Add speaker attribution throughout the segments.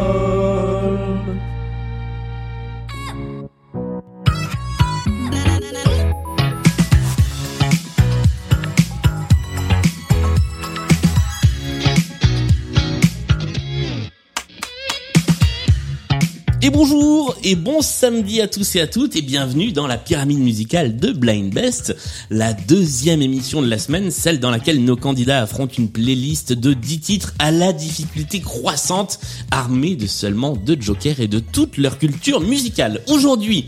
Speaker 1: Microstodome.
Speaker 2: Et bonjour et bon samedi à tous et à toutes et bienvenue dans la pyramide musicale de Blind Best, la deuxième émission de la semaine, celle dans laquelle nos candidats affrontent une playlist de 10 titres à la difficulté croissante, armés de seulement deux jokers et de toute leur culture musicale. Aujourd'hui,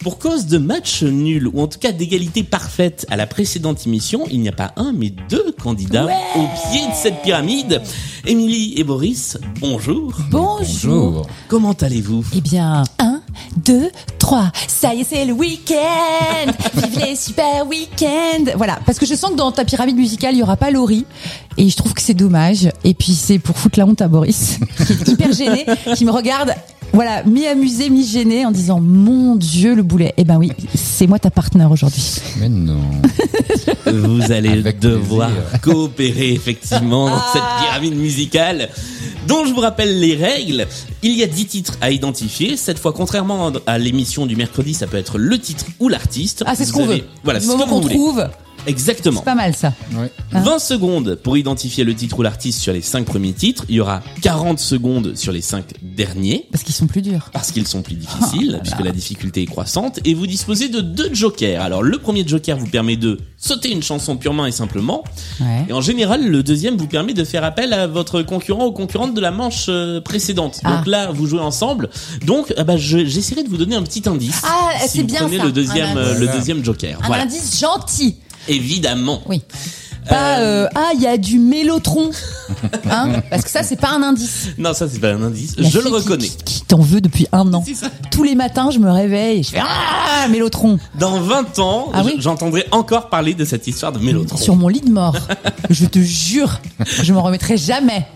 Speaker 2: pour cause de match nul, ou en tout cas d'égalité parfaite à la précédente émission, il n'y a pas un mais deux candidats au pied de cette pyramide. Émilie et Boris, bonjour.
Speaker 3: Bonjour.
Speaker 2: Comment allez-vous
Speaker 3: Eh bien, 1, 2, 3. Ça y est, c'est le week-end. Vive les super week-ends. Voilà, parce que je sens que dans ta pyramide musicale, il y aura pas Laurie. Et je trouve que c'est dommage. Et puis, c'est pour foutre la honte à Boris, qui est hyper gêné, qui me regarde. Voilà, mi-amusé, mi-gêné en disant Mon Dieu, le boulet. Eh ben oui, c'est moi ta partenaire aujourd'hui.
Speaker 4: Mais non.
Speaker 2: Vous allez
Speaker 4: Avec
Speaker 2: devoir
Speaker 4: plaisir.
Speaker 2: coopérer effectivement dans cette
Speaker 3: Ah.
Speaker 2: pyramide musicale dont je vous rappelle les règles. Il y a 10 titres à identifier. Cette fois, contrairement à l'émission du mercredi, ça peut être le titre ou l'artiste.
Speaker 3: Ah, c'est ce
Speaker 2: Vous
Speaker 3: qu'on
Speaker 2: avez-
Speaker 3: veut.
Speaker 2: Voilà,
Speaker 3: Le
Speaker 2: c'est ce
Speaker 3: moment
Speaker 2: que vous
Speaker 3: qu'on
Speaker 2: voulez.
Speaker 3: trouve.
Speaker 2: Exactement.
Speaker 3: C'est pas mal ça.
Speaker 4: Ouais.
Speaker 2: 20 secondes pour identifier le titre ou l'artiste sur les 5 premiers titres. Il y aura 40 secondes sur les 5 derniers.
Speaker 3: Parce qu'ils sont plus durs.
Speaker 2: parce qu'ils sont plus
Speaker 3: Ah,
Speaker 2: difficiles, puisque la difficulté est croissante, et vous disposez de deux jokers. Alors le premier joker vous permet de sauter une chanson purement et simplement,
Speaker 3: Ouais.
Speaker 2: et en général le deuxième vous permet de faire appel à votre concurrent ou concurrente de la manche euh, précédente.
Speaker 3: Ah.
Speaker 2: Donc là vous jouez ensemble, donc ah bah, je- j'essaierai de vous donner un petit indice.
Speaker 3: Ah,
Speaker 2: si
Speaker 3: c'est
Speaker 2: vous
Speaker 3: bien
Speaker 2: prenez
Speaker 3: ça,
Speaker 2: le deuxième,
Speaker 3: un
Speaker 2: euh, le
Speaker 4: indice.
Speaker 2: deuxième joker.
Speaker 3: Un
Speaker 2: voilà,
Speaker 3: indice gentil.
Speaker 2: évidemment.
Speaker 3: Oui. Pas euh, ah, il y a du mélotron. Hein Parce que ça, c'est pas un indice.
Speaker 2: Non ça c'est pas un indice,
Speaker 3: La
Speaker 2: je le
Speaker 3: fille qui-
Speaker 2: reconnais.
Speaker 3: Qui, qui t'en veut depuis un an.
Speaker 2: C'est ça.
Speaker 3: Tous les matins, je me réveille et je fais Ah, mélotron.
Speaker 2: Dans 20 ans,
Speaker 3: Ah
Speaker 2: je-
Speaker 3: oui
Speaker 2: j'entendrai encore parler de cette histoire de Mélotron.
Speaker 3: Sur mon lit de mort. je te jure, je m'en remettrai jamais.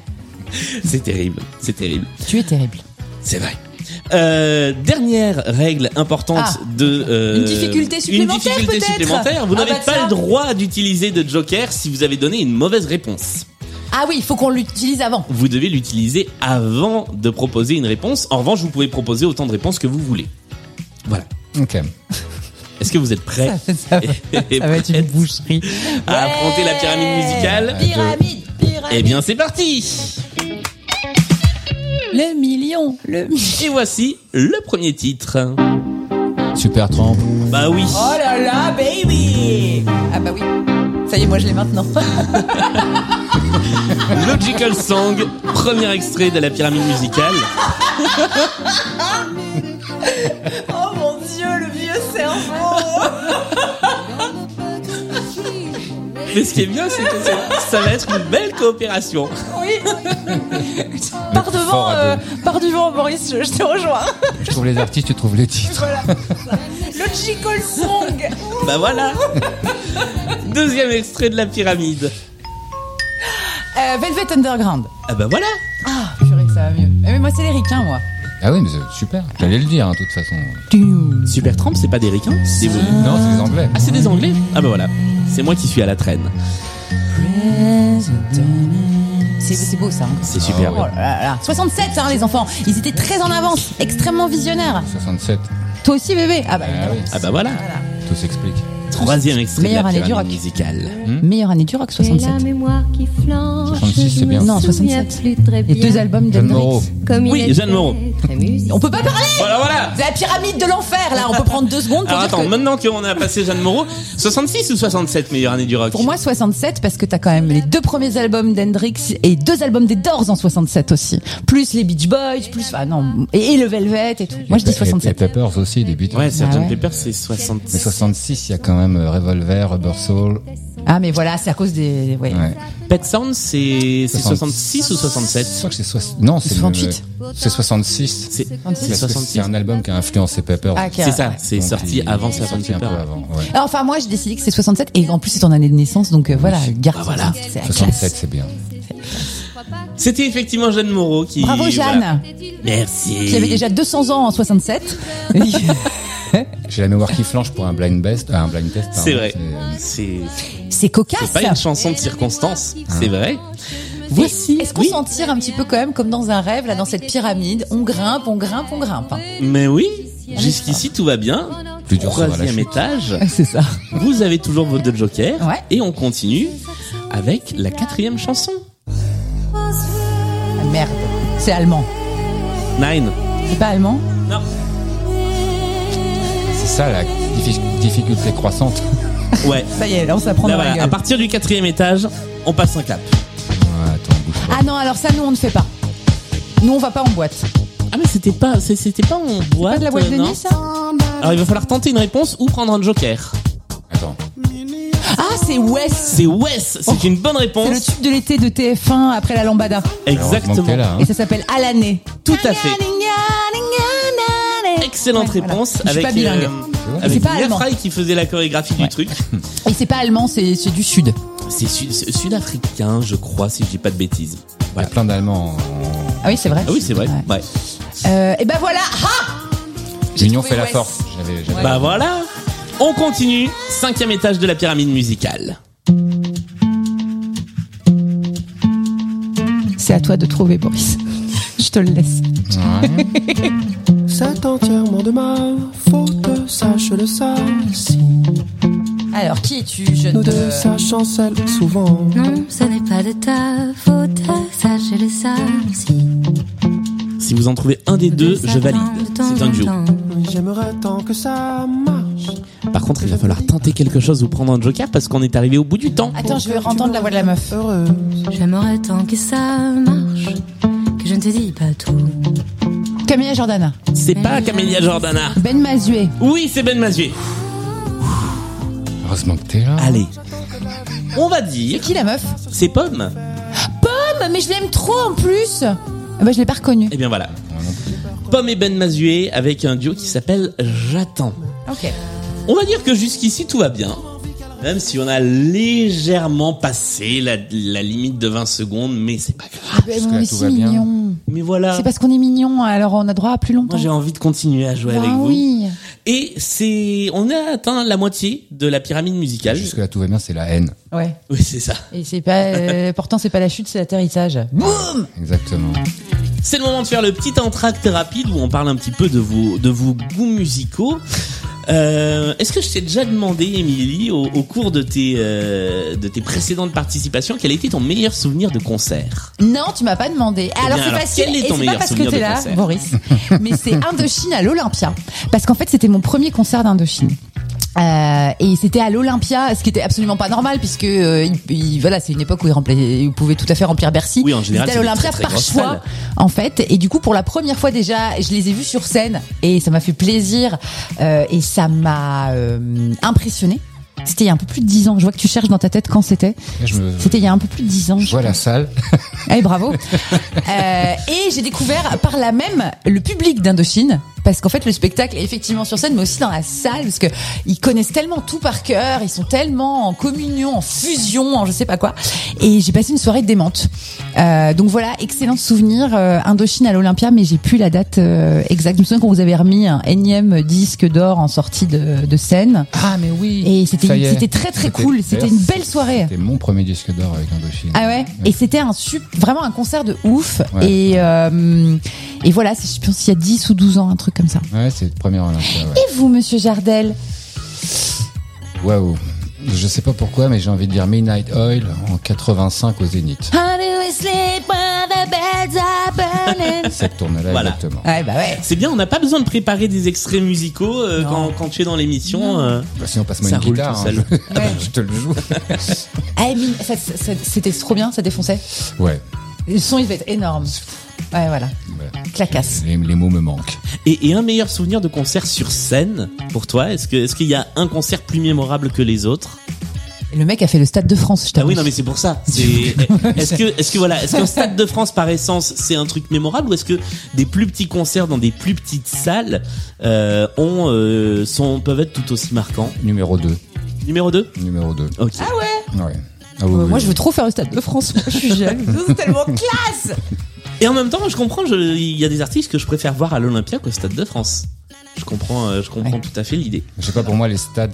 Speaker 2: C'est terrible, c'est terrible.
Speaker 3: Tu es terrible.
Speaker 2: C'est vrai. Euh, dernière règle importante
Speaker 3: Ah.
Speaker 2: de euh,
Speaker 3: Une difficulté
Speaker 2: une
Speaker 3: supplémentaire,
Speaker 2: difficulté
Speaker 3: peut-être
Speaker 2: supplémentaire. Vous
Speaker 3: Ah
Speaker 2: n'avez
Speaker 3: bah
Speaker 2: pas
Speaker 3: tiens.
Speaker 2: le droit d'utiliser de joker si vous avez donné une mauvaise réponse.
Speaker 3: Ah oui, il faut qu'on l'utilise avant.
Speaker 2: Vous devez l'utiliser avant de proposer une réponse. En revanche, vous pouvez proposer autant de réponses que vous voulez. Voilà.
Speaker 4: Ok.
Speaker 2: Est-ce que vous êtes prêts
Speaker 3: Ça va,
Speaker 2: et
Speaker 3: ça va être une
Speaker 2: prêtes
Speaker 3: boucherie.
Speaker 2: à affronter la pyramide musicale
Speaker 3: Pyramide, pyramide.
Speaker 2: Eh bien, c'est parti.
Speaker 3: le million, le million.
Speaker 2: Et voici le premier titre.
Speaker 4: Super Trump.
Speaker 2: Bah oui.
Speaker 3: Oh là là, baby Ah bah oui. Ça y est, moi je l'ai maintenant.
Speaker 2: Logical Song, premier extrait de la pyramide musicale.
Speaker 3: Oh mon dieu, le vieux cerveau
Speaker 2: Mais ce qui est bien, c'est que ça- ça va être une belle coopération.
Speaker 3: Oui Par devant,
Speaker 4: fort à
Speaker 3: euh, par devant, Boris, je, je te rejoins
Speaker 4: Je trouve les artistes, tu trouves les titres.
Speaker 3: Logical Song
Speaker 2: Bah voilà Deuxième extrait de la pyramide.
Speaker 3: Euh, Velvet Underground.
Speaker 2: Ah bah voilà
Speaker 3: Ah, purée, ça va mieux. Eh, Mais moi, c'est les ricains, moi.
Speaker 4: Ah oui, mais c'est super. J'allais le dire, hein, de toute façon.
Speaker 2: Super Trump, c'est pas des ricains C'est vous.
Speaker 4: Non, c'est les Anglais.
Speaker 2: Ah c'est des anglais Ah bah voilà. C'est moi qui suis à la traîne.
Speaker 3: C'est c'est beau, ça. hein.
Speaker 2: C'est super.
Speaker 3: Oh là là là. 67, hein, les enfants. Ils étaient très en avance, extrêmement visionnaires.
Speaker 4: 67.
Speaker 3: Toi aussi, bébé Ah bah,
Speaker 4: Ah oui,
Speaker 2: Ah bah voilà.
Speaker 4: tout s'explique.
Speaker 2: Troisième extrait de la
Speaker 3: Meilleure année du
Speaker 2: pyramide
Speaker 3: rock.
Speaker 2: musicale.
Speaker 3: meilleure année du rock,
Speaker 5: Et la
Speaker 3: 67.
Speaker 5: mémoire qui flanche.
Speaker 4: 66, c'est
Speaker 5: je
Speaker 4: bien.
Speaker 5: me
Speaker 3: Non,
Speaker 5: souviens
Speaker 3: 67.
Speaker 5: Plus très
Speaker 3: Les
Speaker 5: bien.
Speaker 3: deux albums de
Speaker 4: Jeanne Moreau.
Speaker 5: Comme il
Speaker 2: Oui,
Speaker 5: était
Speaker 2: Jeanne Moreau.
Speaker 5: très musique.
Speaker 3: On peut pas parler
Speaker 2: Voilà voilà
Speaker 3: C'est la pyramide de l'enfer, là. On peut prendre deux secondes pour
Speaker 2: Alors
Speaker 3: dire
Speaker 2: attends,
Speaker 3: que-
Speaker 2: maintenant qu'on a passé Jeanne Moreau, 66 ou 67 meilleure année du rock
Speaker 3: Pour moi, 67, parce que t'as quand même les deux premiers albums d'Hendrix et deux albums des Doors en 67 aussi. Plus les Beach Boys, plus, ah non, et, et le Velvet et tout. Moi, je dis
Speaker 4: Et- Et
Speaker 3: 67.
Speaker 4: Peppers aussi, des Beatles.
Speaker 2: Bah Ouais, Sgt.
Speaker 3: Ah ouais.
Speaker 2: Pepper, c'est
Speaker 4: Mais
Speaker 2: 66.
Speaker 4: 66, il y a quand même euh, Revolver, Rubber Soul.
Speaker 3: Ah, mais voilà, c'est à cause des, ouais.
Speaker 4: Ouais.
Speaker 2: Pet Sound, c'est c'est
Speaker 4: 66.
Speaker 2: 66 ou 67
Speaker 4: Je crois que c'est soix- Non, c'est le-
Speaker 3: 68.
Speaker 4: C'est 66.
Speaker 2: C'est
Speaker 4: Parce que
Speaker 2: c'est 66.
Speaker 4: C'est un album qui a influencé Peppers.
Speaker 3: Ah, ok.
Speaker 2: C'est ça, c'est
Speaker 4: Donc,
Speaker 2: sorti
Speaker 4: il-
Speaker 2: avant
Speaker 4: il est
Speaker 2: Sgt.
Speaker 4: sorti un peu
Speaker 2: Pepper.
Speaker 4: avant, ouais.
Speaker 3: Alors, enfin, moi, j'ai décidé que c'est 67 et en plus, c'est ton année de naissance, donc, euh, voilà, garde.
Speaker 2: Ah, voilà.
Speaker 3: ça, C'est la
Speaker 4: 67,
Speaker 3: classe.
Speaker 4: c'est bien.
Speaker 2: C'était effectivement Jeanne Moreau qui.
Speaker 3: Bravo,
Speaker 2: voilà.
Speaker 3: Jeanne.
Speaker 2: Merci.
Speaker 3: Qui avait déjà 200 ans en 67. Oui.
Speaker 4: J'ai la mémoire qui flanche pour un blind best, ah, un blind test. pardon.
Speaker 2: C'est vrai.
Speaker 4: C'est-
Speaker 2: C'est
Speaker 3: c'est
Speaker 2: c'est pas une
Speaker 3: cocasse. Hein.
Speaker 2: chanson de circonstance, c'est vrai. Voici.
Speaker 3: Est-ce qu'on
Speaker 2: Oui.
Speaker 3: s'en tire un petit peu quand même comme dans un rêve, là, dans cette pyramide On grimpe, on grimpe, on grimpe. hein.
Speaker 2: Mais oui, jusqu'ici tout va bien.
Speaker 4: Plus dur, ça va, la
Speaker 2: Troisième
Speaker 4: chute.
Speaker 2: étage,
Speaker 3: C'est ça.
Speaker 2: vous avez toujours vos deux jokers.
Speaker 3: Ouais.
Speaker 2: Et on continue avec la quatrième chanson.
Speaker 3: Ah, merde. C'est allemand.
Speaker 2: Nine.
Speaker 3: C'est pas allemand
Speaker 2: Non.
Speaker 4: C'est ça la diffi- difficulté croissante.
Speaker 2: Ouais.
Speaker 3: Ça y est, là, on s'apprend
Speaker 2: Là,
Speaker 3: dans Oh la
Speaker 2: Ben voilà. À
Speaker 3: gueule.
Speaker 2: partir du quatrième étage, on passe un cap.
Speaker 4: Ouais, attends, bouge pas.
Speaker 3: Ah non, alors ça, nous, on ne fait pas. Nous, on va pas en boîte.
Speaker 2: Ah mais c'était pas, c'est- c'était pas en boîte.
Speaker 3: Pas Ah, de la boîte
Speaker 2: euh,
Speaker 3: de
Speaker 2: non Ah,
Speaker 3: nuit, ça
Speaker 2: Alors il va falloir tenter une réponse ou prendre un joker.
Speaker 4: Attends.
Speaker 3: Ah, c'est West.
Speaker 2: C'est Wes,
Speaker 3: Oh.
Speaker 2: c'est une bonne
Speaker 3: C'est le
Speaker 2: réponse.
Speaker 3: tube de l'été de TF1 après la lambada.
Speaker 4: Heureusement que t'es
Speaker 2: Exactement.
Speaker 4: là, hein.
Speaker 3: Et ça s'appelle À l'année.
Speaker 2: Tout à fait.
Speaker 3: hein.
Speaker 2: Excellente
Speaker 3: Ouais, voilà.
Speaker 2: réponse
Speaker 3: Je suis
Speaker 2: avec euh,
Speaker 3: pas bilingue.
Speaker 4: vois
Speaker 2: avec
Speaker 3: C'est pas
Speaker 2: Mia
Speaker 3: allemand.
Speaker 2: Fry qui faisait la chorégraphie du truc.
Speaker 3: Et c'est pas allemand, c'est c'est du sud.
Speaker 2: C'est su- c'est sud-africain, je crois, si je dis pas de bêtises.
Speaker 4: Il y a
Speaker 2: Voilà.
Speaker 4: plein d'Allemands.
Speaker 3: Ah oui, c'est vrai.
Speaker 2: Ah oui, c'est vrai.
Speaker 3: Ouais.
Speaker 2: Ouais.
Speaker 3: Euh, et ben voilà. Ah
Speaker 4: L'union
Speaker 3: trouvé
Speaker 4: fait la
Speaker 3: Wes.
Speaker 4: force. J'avais, j'avais-
Speaker 2: Bah voilà. On continue. Cinquième étage de la pyramide musicale.
Speaker 3: C'est à toi de trouver, Boris. Je te le laisse.
Speaker 4: Ouais.
Speaker 1: C'est entièrement de ma faute, sache-le ça. Si
Speaker 3: Alors, qui es-tu, jeune
Speaker 1: nous deux, ça chancelle souvent.
Speaker 5: Non, ce n'est pas de ta faute, sachez-le ça. Si
Speaker 2: Si vous en trouvez un des deux,
Speaker 5: ça
Speaker 2: je valide.
Speaker 5: tombe de temps
Speaker 2: C'est un
Speaker 5: en
Speaker 2: duo.
Speaker 5: temps.
Speaker 1: J'aimerais tant que ça marche.
Speaker 2: Par contre, il va falloir tenter quelque chose ou prendre un joker parce qu'on est arrivé au bout du temps.
Speaker 3: Attends, je
Speaker 1: Que
Speaker 3: veux
Speaker 1: tu
Speaker 3: entendre la voix de la
Speaker 1: me
Speaker 3: meuf.
Speaker 1: Heureuse.
Speaker 5: J'aimerais tant que ça marche, que je ne te dis pas tout.
Speaker 3: Camilla Jordana.
Speaker 2: C'est pas Camélia Jordana.
Speaker 3: Ben Mazué.
Speaker 2: Oui, c'est Ben Mazué.
Speaker 4: Heureusement que t'es là.
Speaker 2: Allez. On va dire,
Speaker 3: Qui la meuf
Speaker 2: c'est Pomme.
Speaker 3: Pomme, mais je l'aime trop en plus. Ah bah, je l'ai pas reconnue.
Speaker 2: Eh bien voilà. Pomme et Ben Mazué avec un duo qui s'appelle J'attends.
Speaker 3: Ok.
Speaker 2: On va dire que jusqu'ici tout va bien. Même si on a légèrement passé la, la limite de 20 secondes, mais c'est pas grave.
Speaker 3: Mais
Speaker 4: là,
Speaker 3: Ah, bah, on est
Speaker 4: tout
Speaker 3: si
Speaker 4: va bien.
Speaker 3: mignons.
Speaker 2: Mais voilà.
Speaker 3: C'est parce qu'on est mignons, alors on a droit à plus longtemps.
Speaker 2: Moi j'ai envie de continuer à jouer
Speaker 3: Bah
Speaker 2: avec vous.
Speaker 3: oui.
Speaker 2: Et c'est, on a atteint la moitié de la pyramide musicale.
Speaker 4: Jusque-là, tout va bien, c'est la haine.
Speaker 3: Ouais.
Speaker 2: Oui, c'est ça.
Speaker 3: Et c'est pas. euh, pourtant, c'est pas la chute, c'est l'atterrissage. Boum
Speaker 4: Exactement.
Speaker 2: C'est le moment de faire le petit entracte rapide où on parle un petit peu de vos, de vos goûts musicaux. Euh, Est-ce que je t'ai déjà demandé, Émilie, au, au cours de tes, euh, de tes précédentes participations, quel était ton meilleur souvenir de concert
Speaker 3: Non, tu m'as pas demandé. Alors
Speaker 2: Eh bien,
Speaker 3: c'est
Speaker 2: alors,
Speaker 3: facile.
Speaker 2: quel est
Speaker 3: et
Speaker 2: ton
Speaker 3: c'est pas
Speaker 2: meilleur
Speaker 3: parce que
Speaker 2: souvenir
Speaker 3: t'es
Speaker 2: de
Speaker 3: là,
Speaker 2: concert
Speaker 3: Boris. Mais c'est Indochine à l'Olympia. Parce qu'en fait, c'était mon premier concert d'Indochine. Euh, et c'était à l'Olympia, ce qui était absolument pas normal puisque euh, il- il- voilà, c'est une époque où ils, rempli- ils pouvaient tout à fait remplir Bercy.
Speaker 2: Oui, en général, c'est
Speaker 3: c'était à
Speaker 2: des
Speaker 3: l'Olympia
Speaker 2: très, très
Speaker 3: par
Speaker 2: grosses
Speaker 3: choix
Speaker 2: salles.
Speaker 3: en fait. Et du coup, pour la première fois déjà, je les ai vus sur scène et ça m'a fait plaisir euh, et ça m'a euh, impressionné. C'était il y a un peu plus de dix ans. Je vois que tu cherches dans ta tête quand c'était.
Speaker 4: Là, je me-
Speaker 3: C'était il y a un peu plus de dix ans.
Speaker 4: Je vois la salle.
Speaker 3: Eh bravo. Euh, et j'ai découvert par là même le public d'Indochine. Parce qu'en fait, le spectacle est effectivement sur scène, mais aussi dans la salle, parce que ils connaissent tellement tout par cœur, ils sont tellement en communion, en fusion, en je sais pas quoi. Et j'ai passé une soirée démente. Euh, donc voilà, excellent souvenir euh, Indochine à l'Olympia, mais j'ai plus la date euh, exacte. Je me souviens qu'on vous avait remis un énième disque d'or en sortie de, de scène.
Speaker 4: Ah, mais oui.
Speaker 3: Et c'était- c'était très, très cool. C'était une belle soirée.
Speaker 4: C'était mon premier disque d'or avec Indochine.
Speaker 3: Ah ouais, Et c'était un sup, vraiment un concert de ouf.
Speaker 4: Ouais.
Speaker 3: Et, euh, et voilà, c'est, je pense il y a 10 ou 12 ans, un truc comme ça.
Speaker 4: Ouais, c'est le premier Olympia. ouais.
Speaker 3: Et vous, monsieur Jardel
Speaker 4: Waouh. Je sais pas pourquoi, mais j'ai envie de dire Midnight Oil en 85 au Zénith.
Speaker 5: How do we sleep when the beds are burning?
Speaker 4: Cette tournée-là,
Speaker 2: Voilà.
Speaker 4: exactement.
Speaker 3: Ouais, bah ouais.
Speaker 2: C'est bien, on n'a pas besoin de préparer des extraits musicaux euh,
Speaker 3: Non.
Speaker 2: quand, quand tu es dans l'émission. euh,
Speaker 4: Bah, sinon, passe-moi
Speaker 2: Ça
Speaker 4: une
Speaker 2: roule
Speaker 4: guitare.
Speaker 2: tout
Speaker 4: hein, je... je te le joue.
Speaker 3: Ah, mais ça- ça- ça- c'était trop bien, ça défonçait.
Speaker 4: ouais.
Speaker 3: Le son, il devait être énorme. Ouais, voilà.
Speaker 4: Voilà.
Speaker 3: Clacasse.
Speaker 4: Les, les mots me manquent.
Speaker 2: et, et un meilleur souvenir de concert sur scène pour toi Est-ce que est-ce qu'il y a un concert plus mémorable que les autres
Speaker 3: Et le mec a fait le Stade de France, je
Speaker 2: Ah
Speaker 3: t'avoue.
Speaker 2: oui, non, mais c'est pour ça. C'est- Est-ce que, est-ce que voilà, est-ce qu'un stade de France par essence c'est un truc mémorable ou est-ce que des plus petits concerts dans des plus petites salles euh, ont euh, sont peuvent être tout aussi marquants
Speaker 4: Numéro 2.
Speaker 2: Numéro 2
Speaker 4: Numéro 2.
Speaker 2: Ok.
Speaker 4: Ouais. Ah oui,
Speaker 3: Euh,
Speaker 4: oui,
Speaker 3: Moi,
Speaker 4: oui.
Speaker 3: je veux trop faire le Stade de France. Moi, je suis jalouse. C'est tellement classe
Speaker 2: Et en même temps, je comprends. je- Il y a des artistes que je préfère voir à l'Olympia qu'au stade de France. Je comprends, euh, je comprends
Speaker 3: Ouais.
Speaker 2: tout à fait l'idée.
Speaker 4: Je sais pas, pour moi, les stades,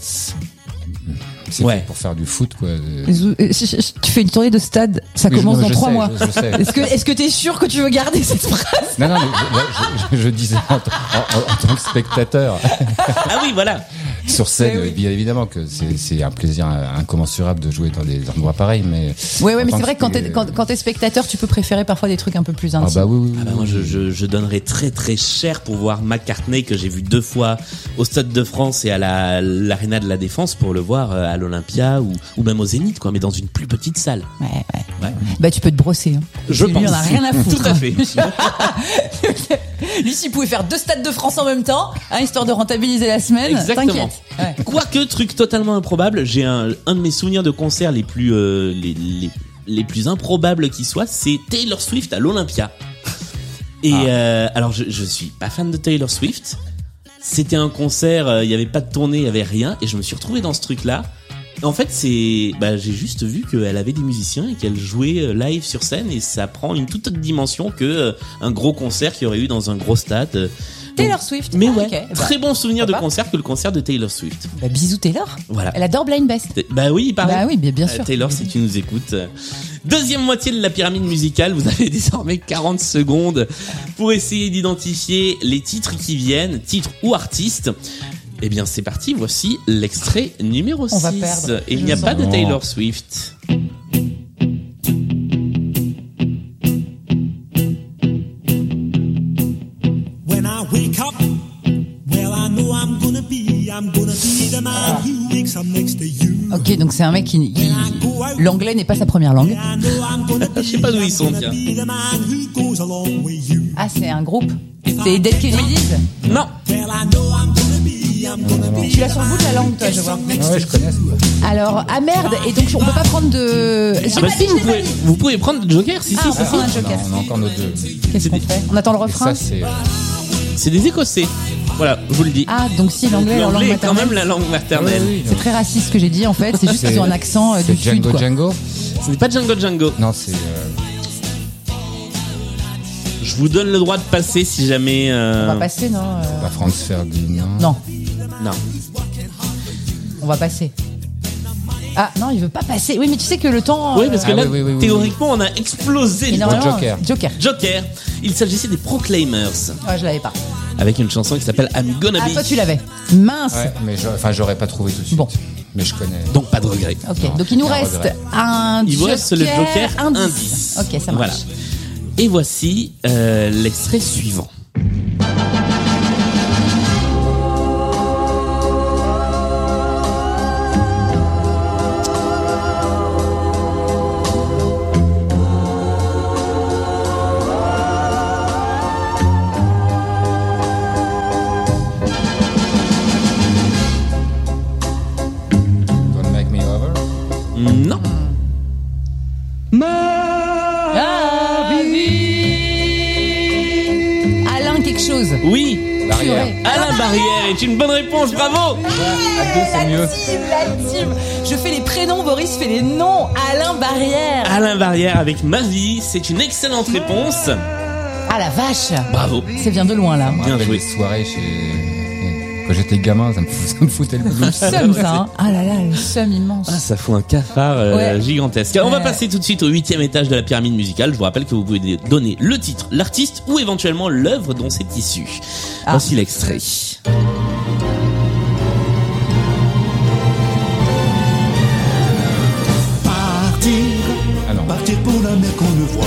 Speaker 4: c'est
Speaker 2: Ouais.
Speaker 4: fait pour faire du foot, quoi.
Speaker 3: Zou- euh, ch- ch- Tu fais une tournée de stade, ça
Speaker 4: Mais je-
Speaker 3: commence
Speaker 4: non,
Speaker 3: dans
Speaker 4: je
Speaker 3: trois
Speaker 4: sais,
Speaker 3: mois.
Speaker 4: je- je sais.
Speaker 3: Est-ce que est-ce que t'es sûr que tu veux garder cette phrase
Speaker 4: Non, non, mais je, là, je- je- je disais en, t- en- en- en tant que spectateur
Speaker 2: Ah oui, voilà.
Speaker 4: sur scène,
Speaker 3: Mais oui.
Speaker 4: bien évidemment que c'est c'est un plaisir incommensurable de jouer dans des endroits pareils, mais.
Speaker 3: Ouais,
Speaker 4: en
Speaker 3: ouais, mais
Speaker 4: tant
Speaker 3: c'est vrai que quand t'es quand, quand t'es spectateur, tu peux préférer parfois des trucs un peu plus
Speaker 4: Ah
Speaker 3: intimes.
Speaker 4: bah oui, oui, oui.
Speaker 2: euh, Ah bah moi, je, je, je donnerais très très cher pour voir McCartney que j'ai vu deux fois au Stade de France et à la l'Arena de la Défense pour le voir euh, à l'Olympia ou, ou même au Zénith, quoi, mais dans une plus petite salle.
Speaker 3: Ouais, ouais.
Speaker 2: Ouais.
Speaker 3: Bah tu peux te brosser. hein.
Speaker 2: Je
Speaker 3: Lui,
Speaker 2: pense.
Speaker 3: on a rien à foutre.
Speaker 2: Tout à fait.
Speaker 3: Lui, s'il pouvait faire deux stades de France en même temps, hein, histoire de rentabiliser la semaine,
Speaker 2: Exactement.
Speaker 3: t'inquiète. Ouais.
Speaker 2: Quoique, truc totalement improbable, j'ai un, un de mes souvenirs de concert les plus, euh, les, les, les plus improbables qui soient, c'est Taylor Swift à l'Olympia. Et euh, alors, je, je suis pas fan de Taylor Swift. C'était un concert, euh, il y avait pas de tournée, il y avait rien, et je me suis retrouvé dans ce truc-là. En fait, c'est, bah, j'ai juste vu qu'elle avait des musiciens et qu'elle jouait euh, live sur scène, et ça prend une toute autre dimension que euh, un gros concert qu'il y aurait eu dans un gros stade. Euh,
Speaker 3: Taylor Swift.
Speaker 2: mais
Speaker 3: Ah,
Speaker 2: ouais,
Speaker 3: ok. Bah,
Speaker 2: très bon souvenir de
Speaker 3: pourquoi
Speaker 2: concert que le concert de Taylor Swift.
Speaker 3: bah, bisous Taylor.
Speaker 2: Voilà.
Speaker 3: Elle adore Blind Best.
Speaker 2: Bah oui, pareil.
Speaker 3: Bah oui, mais bien
Speaker 2: Euh,
Speaker 3: sûr.
Speaker 2: Taylor, si tu nous écoutes. euh, Deuxième moitié de la pyramide musicale, vous avez désormais 40 secondes pour essayer d'identifier les titres qui viennent, titres ou artistes. Eh bien, c'est parti, voici l'extrait numéro
Speaker 3: On
Speaker 2: 6.
Speaker 3: va perdre.
Speaker 2: Et il
Speaker 3: Je
Speaker 2: n'y a
Speaker 3: le
Speaker 2: pas de
Speaker 4: sens.
Speaker 2: Taylor Swift.
Speaker 6: When I wake up, well, I know I'm gonna be, I'm gonna be the man who wakes up next to you.
Speaker 3: Ok, donc c'est un mec qui, qui-
Speaker 6: When I go out,
Speaker 3: l'anglais n'est pas sa première langue.
Speaker 6: I know I'm gonna be,
Speaker 2: Je sais pas d'où ils
Speaker 6: I'm
Speaker 2: sont,
Speaker 6: gonna
Speaker 2: tiens.
Speaker 6: be the man who goes along with you.
Speaker 3: Ah, c'est un groupe. C'est Dead Kennedys.
Speaker 2: Non,
Speaker 6: Well, I know I'm gonna be, I'm gonna be
Speaker 3: Tu l'as sur le bout de la langue, toi, je vois.
Speaker 4: Ah ouais, je connais. ça.
Speaker 3: Alors, ah merde, et donc on peut pas prendre de. J'ai
Speaker 2: Bah
Speaker 3: pas
Speaker 2: si,
Speaker 3: dit, je
Speaker 2: vous
Speaker 3: l'ai pas
Speaker 2: pouvez,
Speaker 3: dit.
Speaker 2: vous pouvez prendre le Joker, si,
Speaker 3: Ah,
Speaker 2: si,
Speaker 3: on
Speaker 2: si,
Speaker 3: va
Speaker 2: si.
Speaker 3: prendre un joker.
Speaker 4: On a encore nos deux.
Speaker 3: Qu'est-ce qu'on fait On attend le
Speaker 4: Et ça,
Speaker 3: refrain.
Speaker 4: c'est. euh,
Speaker 2: C'est des Écossais. Voilà, je vous le dis.
Speaker 3: Ah, donc si l'anglais est leur langue
Speaker 2: L'anglais est quand même
Speaker 3: maternelle.
Speaker 2: la langue maternelle.
Speaker 3: C'est très raciste ce que j'ai dit en fait. C'est juste qu'ils ont un accent euh,
Speaker 4: C'est
Speaker 3: du sud.
Speaker 4: Django
Speaker 3: quoi.
Speaker 4: Django
Speaker 2: Ce n'est pas Django Django.
Speaker 4: Non, c'est. euh,
Speaker 2: Je vous donne le droit de passer si jamais. euh,
Speaker 3: On va passer, non euh,
Speaker 4: pas Franz Ferdinand.
Speaker 3: Non,
Speaker 2: Non.
Speaker 3: on va passer. Ah non, il veut pas passer. Oui, mais tu sais que le temps.
Speaker 2: Oui,
Speaker 3: euh,
Speaker 2: parce que
Speaker 4: Ah
Speaker 2: là,
Speaker 4: oui, oui, oui, oui.
Speaker 2: théoriquement, on a explosé
Speaker 3: et
Speaker 2: le
Speaker 3: normalement,
Speaker 4: Joker.
Speaker 3: euh, Joker.
Speaker 2: Joker. Il s'agissait des Proclaimers,
Speaker 3: Ouais, je l'avais pas.
Speaker 2: avec une chanson qui s'appelle I'm Gonna
Speaker 3: Ah,
Speaker 2: Be.
Speaker 3: toi, tu l'avais. Mince.
Speaker 4: Ouais, mais je- enfin, j'aurais pas trouvé tout de suite.
Speaker 3: Bon.
Speaker 4: Mais je connais.
Speaker 2: Donc pas de regret.
Speaker 3: Ok,
Speaker 4: Non,
Speaker 3: donc il nous
Speaker 4: un
Speaker 3: reste
Speaker 4: regret.
Speaker 3: un
Speaker 2: Il vous
Speaker 3: joker,
Speaker 2: reste le Joker
Speaker 3: indice.
Speaker 2: indice.
Speaker 3: Ok, ça marche.
Speaker 2: Voilà. Et voici euh, l'extrait suivant.
Speaker 4: Don't make me over.
Speaker 2: Non.
Speaker 3: Ah, oui. Alain quelque chose.
Speaker 4: Oh,
Speaker 2: Oui.
Speaker 4: Barrière.
Speaker 3: Purée.
Speaker 2: Alain Barrière est une bonne réponse, bravo
Speaker 4: À deux, c'est mieux.
Speaker 3: Team, la team. Je fais les prénoms, Boris fait les noms. Alain Barrière.
Speaker 2: Alain Barrière avec ma vie, c'est une excellente réponse.
Speaker 3: Ah la vache.
Speaker 2: Bravo.
Speaker 3: Ça vient de loin là.
Speaker 2: Bien
Speaker 4: J'ai
Speaker 2: joué.
Speaker 4: des soirées chez. Quand j'étais gamin, ça me, fou- ça me foutait le blues.
Speaker 3: Somme ça. hein. Ah là là, le somme immense.
Speaker 2: Ah, ça fout un cafard euh,
Speaker 3: Ouais.
Speaker 2: gigantesque. On va
Speaker 3: Ouais.
Speaker 2: passer tout de suite au huitième étage de la pyramide musicale. Je vous rappelle que vous pouvez donner le titre, l'artiste ou éventuellement l'œuvre dont c'est issu.
Speaker 3: Ah.
Speaker 2: Voici l'extrait.
Speaker 6: partir,
Speaker 4: Ah non.
Speaker 6: partir pour la mer qu'on ne voit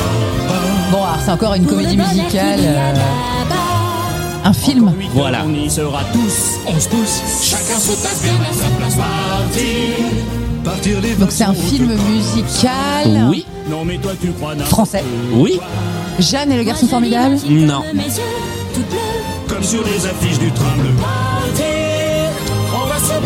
Speaker 6: pas.
Speaker 3: Bon, alors c'est encore une
Speaker 5: Pour le
Speaker 3: comédie
Speaker 5: bonheur qu'il y a
Speaker 3: musicale, euh,
Speaker 5: là-bas.
Speaker 3: un film.
Speaker 2: Voilà.
Speaker 6: On y sera tous, on se pousse, chacun se passe bien à sa place. Partir, partir les
Speaker 3: Donc c'est un film musical.
Speaker 2: Oui,
Speaker 6: Non mais toi tu crois n'importe
Speaker 3: Français.
Speaker 2: oui,
Speaker 3: Jeanne et le garçon formidable.
Speaker 2: Non.
Speaker 5: Mes yeux, tout bleu,
Speaker 6: Comme sur les affiches du train bleu.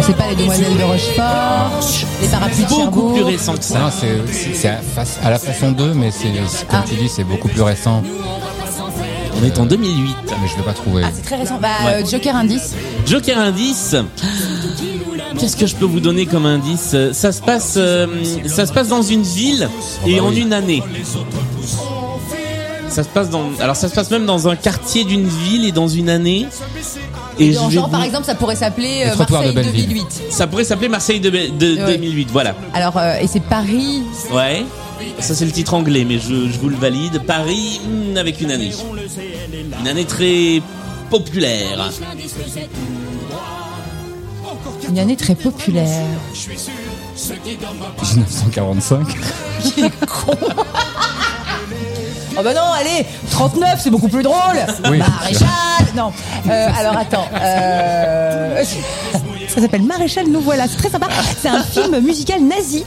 Speaker 3: C'est pas les demoiselles de Rochefort. Les parapluies de
Speaker 2: beaucoup
Speaker 3: Cherbourg.
Speaker 2: plus récent que ça.
Speaker 4: Non, c'est- c'est c'est à, face- à la façon d'eux, mais c'est c'est- comme
Speaker 3: Ah.
Speaker 4: tu dis, c'est beaucoup plus récent.
Speaker 2: On est en 2008.
Speaker 4: Mais je vais pas trouver.
Speaker 3: Ah, c'est très récent. Bah,
Speaker 2: Ouais.
Speaker 3: euh, Joker indice.
Speaker 2: Joker indice. Qu'est-ce que je peux vous donner comme indice Ça se passe, euh, ça se passe dans une ville et
Speaker 4: bah
Speaker 2: en
Speaker 4: oui.
Speaker 2: une année. Ça se passe dans. Alors ça se passe même dans un quartier d'une ville et dans une année. Et,
Speaker 3: Et dans
Speaker 2: je vais
Speaker 3: genre, par
Speaker 2: vous-
Speaker 3: exemple, ça pourrait s'appeler euh,
Speaker 4: trottoirs de
Speaker 3: Marseille
Speaker 4: Belleville.
Speaker 3: 2008.
Speaker 2: Ça pourrait s'appeler Marseille de, de
Speaker 3: Ouais.
Speaker 2: 2008, voilà.
Speaker 3: Alors, euh, et c'est Paris.
Speaker 2: Ouais. Ça c'est le titre anglais, mais je, je vous le valide. Paris hmm, avec une année. Une année très populaire.
Speaker 3: Une année très populaire.
Speaker 4: 1945.
Speaker 3: Oh bah non, allez, 39, c'est beaucoup plus drôle.
Speaker 4: Oui.
Speaker 3: Maréchal, non. Euh, alors attends. euh, Ça s'appelle Maréchal nous voilà, c'est très sympa. C'est un film musical nazi.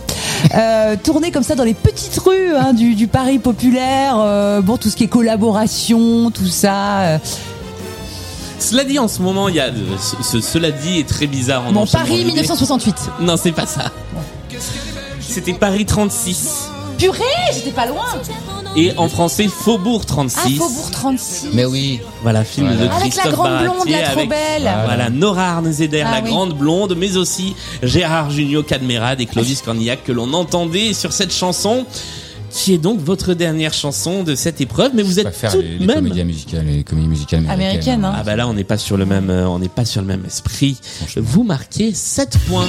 Speaker 3: euh, tourné comme ça dans les petites rues hein, du, du Paris populaire, euh, bon tout ce qui est collaboration, tout ça. euh.
Speaker 2: Cela dit, en ce moment, il y a. euh, ce- ce- cela dit est très bizarre en
Speaker 3: Bon
Speaker 2: enchaînement
Speaker 3: Paris
Speaker 2: d'idées.
Speaker 3: 1968.
Speaker 2: Non, c'est pas ça. C'était Paris 36.
Speaker 3: Purée, j'étais pas loin.
Speaker 2: Et en français, Faubourg
Speaker 3: Ah
Speaker 2: 36.
Speaker 3: Faubourg 36.
Speaker 4: Mais oui.
Speaker 2: Voilà, film
Speaker 4: Voilà.
Speaker 2: de
Speaker 3: Avec
Speaker 2: Christophe
Speaker 3: la grande blonde,
Speaker 2: Baratier,
Speaker 3: la trop
Speaker 2: avec-
Speaker 3: belle.
Speaker 2: Voilà,
Speaker 4: Voilà.
Speaker 2: Nora Arnezeder,
Speaker 3: Ah
Speaker 2: la
Speaker 3: oui.
Speaker 2: grande blonde, mais aussi Gérard Junio Cadmerade et Clovis Cornillac que l'on entendait sur cette chanson, qui est donc votre dernière chanson de cette épreuve, mais vous
Speaker 4: Pas
Speaker 2: êtes
Speaker 4: faire
Speaker 2: tout
Speaker 4: les,
Speaker 2: de
Speaker 4: les
Speaker 2: même.
Speaker 4: comédies musicales, les comédies musicales américaines.
Speaker 3: Américaine, hein.
Speaker 2: Ah bah là, on n'est pas sur le même, euh, on n'est pas sur le même esprit. Vous marquez 7 points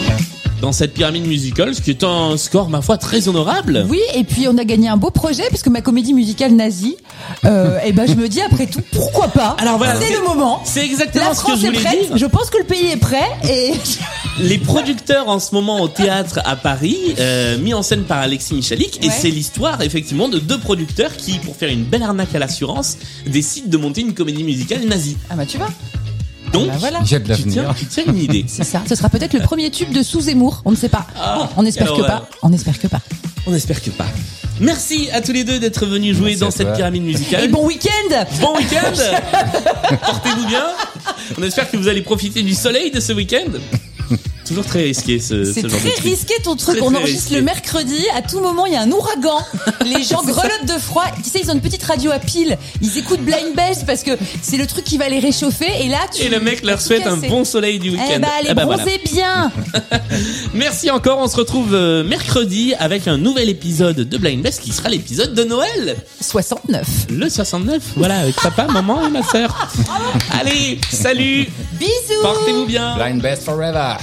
Speaker 2: dans cette pyramide musicale, ce qui est un score ma foi très honorable.
Speaker 3: Oui, et puis on a gagné un beau projet puisque ma comédie musicale nazie. Euh, et ben je me dis après tout pourquoi pas.
Speaker 2: Alors voilà,
Speaker 3: c'est
Speaker 2: c'est-
Speaker 3: le moment.
Speaker 2: C'est exactement
Speaker 3: La
Speaker 2: ce que
Speaker 3: France
Speaker 2: je
Speaker 3: est
Speaker 2: voulais
Speaker 3: prête.
Speaker 2: dire.
Speaker 3: Je pense que le pays est prêt et
Speaker 2: Les producteurs en ce moment au théâtre à Paris, euh, mis en scène par Alexis Michalik, et
Speaker 3: Ouais.
Speaker 2: c'est l'histoire effectivement de deux producteurs qui, pour faire une belle arnaque à l'assurance, décident de monter une comédie musicale nazie.
Speaker 3: ah bah tu vois.
Speaker 2: Donc,
Speaker 3: Bah voilà.
Speaker 4: Il y a de
Speaker 2: tu, tiens,
Speaker 4: l'avenir.
Speaker 2: tu tiens une idée.
Speaker 3: C'est ça. Ce sera peut-être le premier tube de sous Zemmour. On ne sait pas.
Speaker 2: Ah,
Speaker 3: on espère
Speaker 2: alors, Eh
Speaker 3: que
Speaker 2: euh,
Speaker 3: pas. On espère que pas.
Speaker 2: On espère que pas. Merci à tous les deux d'être venus jouer
Speaker 4: Merci
Speaker 2: dans
Speaker 4: à
Speaker 2: cette
Speaker 4: toi.
Speaker 2: pyramide musicale.
Speaker 3: Et bon week-end.
Speaker 2: Bon week-end Portez-vous bien On espère que vous allez profiter du soleil de ce week-end Toujours très risqué ce,
Speaker 3: C'est
Speaker 2: ce genre de
Speaker 3: très
Speaker 2: truc.
Speaker 3: risqué ton truc.
Speaker 2: Très,
Speaker 3: on
Speaker 2: très
Speaker 3: enregistre
Speaker 2: risqué.
Speaker 3: le mercredi. À tout moment, il y a un ouragan. Les gens grelottent de froid. Tu sais, ils ont une petite radio à pile. Ils écoutent Blind Best parce que c'est le truc qui va les réchauffer. Et là, tu.
Speaker 2: Et le mec leur
Speaker 3: tout
Speaker 2: souhaite un
Speaker 3: casser.
Speaker 2: bon soleil du week-end.
Speaker 3: Eh bah, allez,
Speaker 2: Ah bah voilà.
Speaker 3: bronzez bien.
Speaker 2: Merci encore, on se retrouve euh, mercredi avec un nouvel épisode de Blind Best qui sera l'épisode de Noël,
Speaker 3: 69.
Speaker 2: le 69. Voilà, avec papa, maman et ma sœur. Allez, salut,
Speaker 3: Bisous.
Speaker 2: portez-vous bien.
Speaker 3: hein.
Speaker 4: Blind Best Forever.